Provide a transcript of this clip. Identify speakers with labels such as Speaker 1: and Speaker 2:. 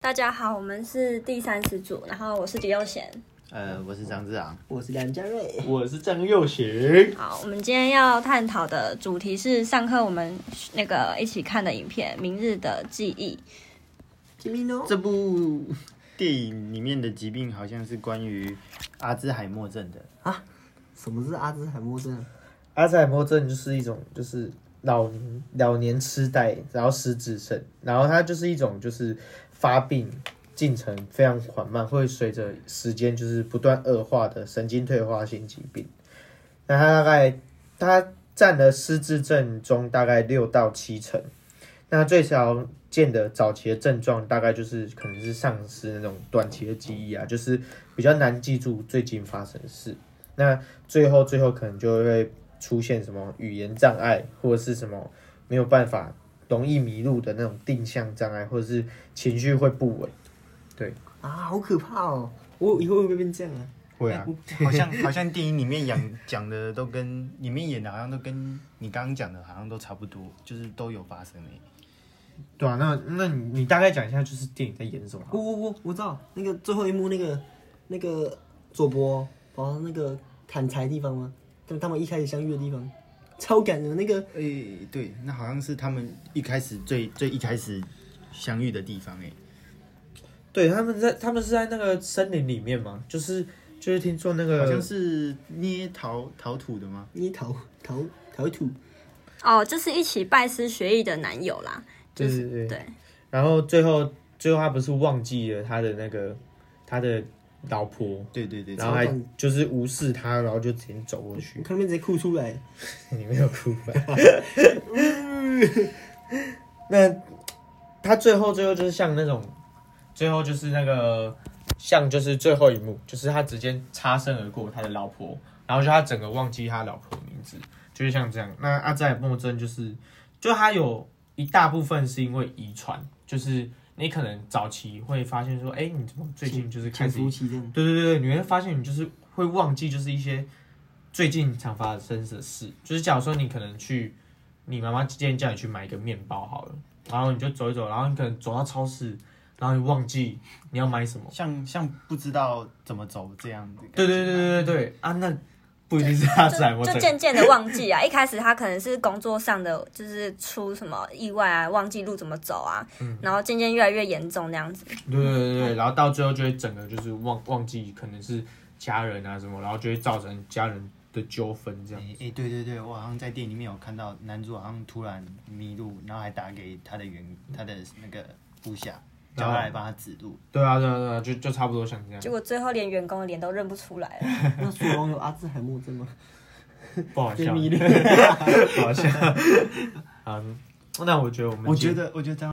Speaker 1: 大家好，我们是第三十组，然后我是李佑贤。
Speaker 2: 呃，我是张志昂，
Speaker 3: 我是梁家瑞，
Speaker 2: 我是张佑行。
Speaker 1: 好，我们今天要探讨的主题是上课我们那个一起看的影片《明日的记忆》。
Speaker 3: 吉米诺，
Speaker 2: 这部电影里面的疾病好像是关于阿兹海默症的，
Speaker 3: 什么是阿兹海默症？
Speaker 4: 阿兹海默症就是一种就是老老年痴呆，然后失智症，然后它就是一种就是发病进程非常缓慢，会随着时间就是不断恶化的神经退化性疾病。那它大概它占了失智症中大概六到七成。那最常见的早期的症状大概就是可能是丧失那种短期的记忆啊，就是比较难记住最近发生的事。那最后最后可能就会出现什么语言障碍，或者是什么没有办法容易迷路的那种定向障碍，或者是情绪会不稳。
Speaker 3: 啊，好可怕哦！我以后会不会变这样啊？
Speaker 2: 会
Speaker 4: 哎
Speaker 2: 啊，好像好像电影里面讲讲的都跟里面演的好像都跟你刚刚讲的好像都差不多，就是都有发生诶、
Speaker 4: 对啊，那那你你大概讲一下，就是电影在演什么啊
Speaker 3: 我我我我知道那个最后一幕那个那个佐伯跑到那个砍柴地方吗？跟他们一开始相遇的地方，超感人。那个
Speaker 2: 诶、对，那好像是他们一开始最最一开始相遇的地方诶、
Speaker 4: 对，他们在他们是在那个森林里面嘛，就是就是听说那个
Speaker 2: 好像是捏陶陶土的吗？
Speaker 3: 捏陶陶陶土，
Speaker 1: 哦，就是一起拜师学艺的男友啦，就
Speaker 4: 对
Speaker 1: 是
Speaker 4: 对对
Speaker 1: 对
Speaker 4: 然后最后最后他不是忘记了他的那个他的老婆，
Speaker 2: 对对对，
Speaker 4: 然后还就是无视他，然后就直接走过去
Speaker 3: 我。看那边直接哭出来。
Speaker 4: 你没有哭吧？ 那他最后最后就是像那种，最后就是那个像就是最后一幕，就是他直接擦身而过他的老婆，然后就他整个忘记他老婆的名字，就是像这样。那阿兹海默症就是，就他有一大部分是因为遗传，就是你可能早期会发现说，哎、你怎么最近就是开
Speaker 3: 潜
Speaker 4: 始
Speaker 3: 伏期这样，
Speaker 4: 对对对，你会发现你就是会忘记，就是一些最近常发生的事。就是假如说你可能去，你妈妈今天叫你去买一个面包好了，然后你就走一走，然后你可能走到超市，然后你忘记你要买什么。
Speaker 2: 像像不知道怎么走这样的感觉。
Speaker 4: 对对对对对对啊，那不一定是他自然我
Speaker 1: 就就
Speaker 4: 整
Speaker 1: 渐渐的忘记啊。一 开始他可能是工作上的，就是出什么意外啊，忘记路怎么走啊，然后渐渐越来越严重那样子。
Speaker 4: 对对对对，然后到最后就会整个就是忘忘记可能是家人啊什么，然后就会造成家人的纠纷这样。
Speaker 2: 诶、诶哎对对对，我好像在电影里面有看到男主好像突然迷路，然后还打给他的员他的那个部下，叫他来帮他指路。
Speaker 4: 对啊对啊对啊，就就差不多像这样
Speaker 1: 结。果最后连员工的脸都认不出来了。
Speaker 3: 那索隆有阿兹海默症 吗？
Speaker 4: 不好笑，
Speaker 3: 迷路
Speaker 4: 不好笑。嗯，那我觉得我们
Speaker 2: 我
Speaker 4: 今
Speaker 2: 觉得，我觉得这样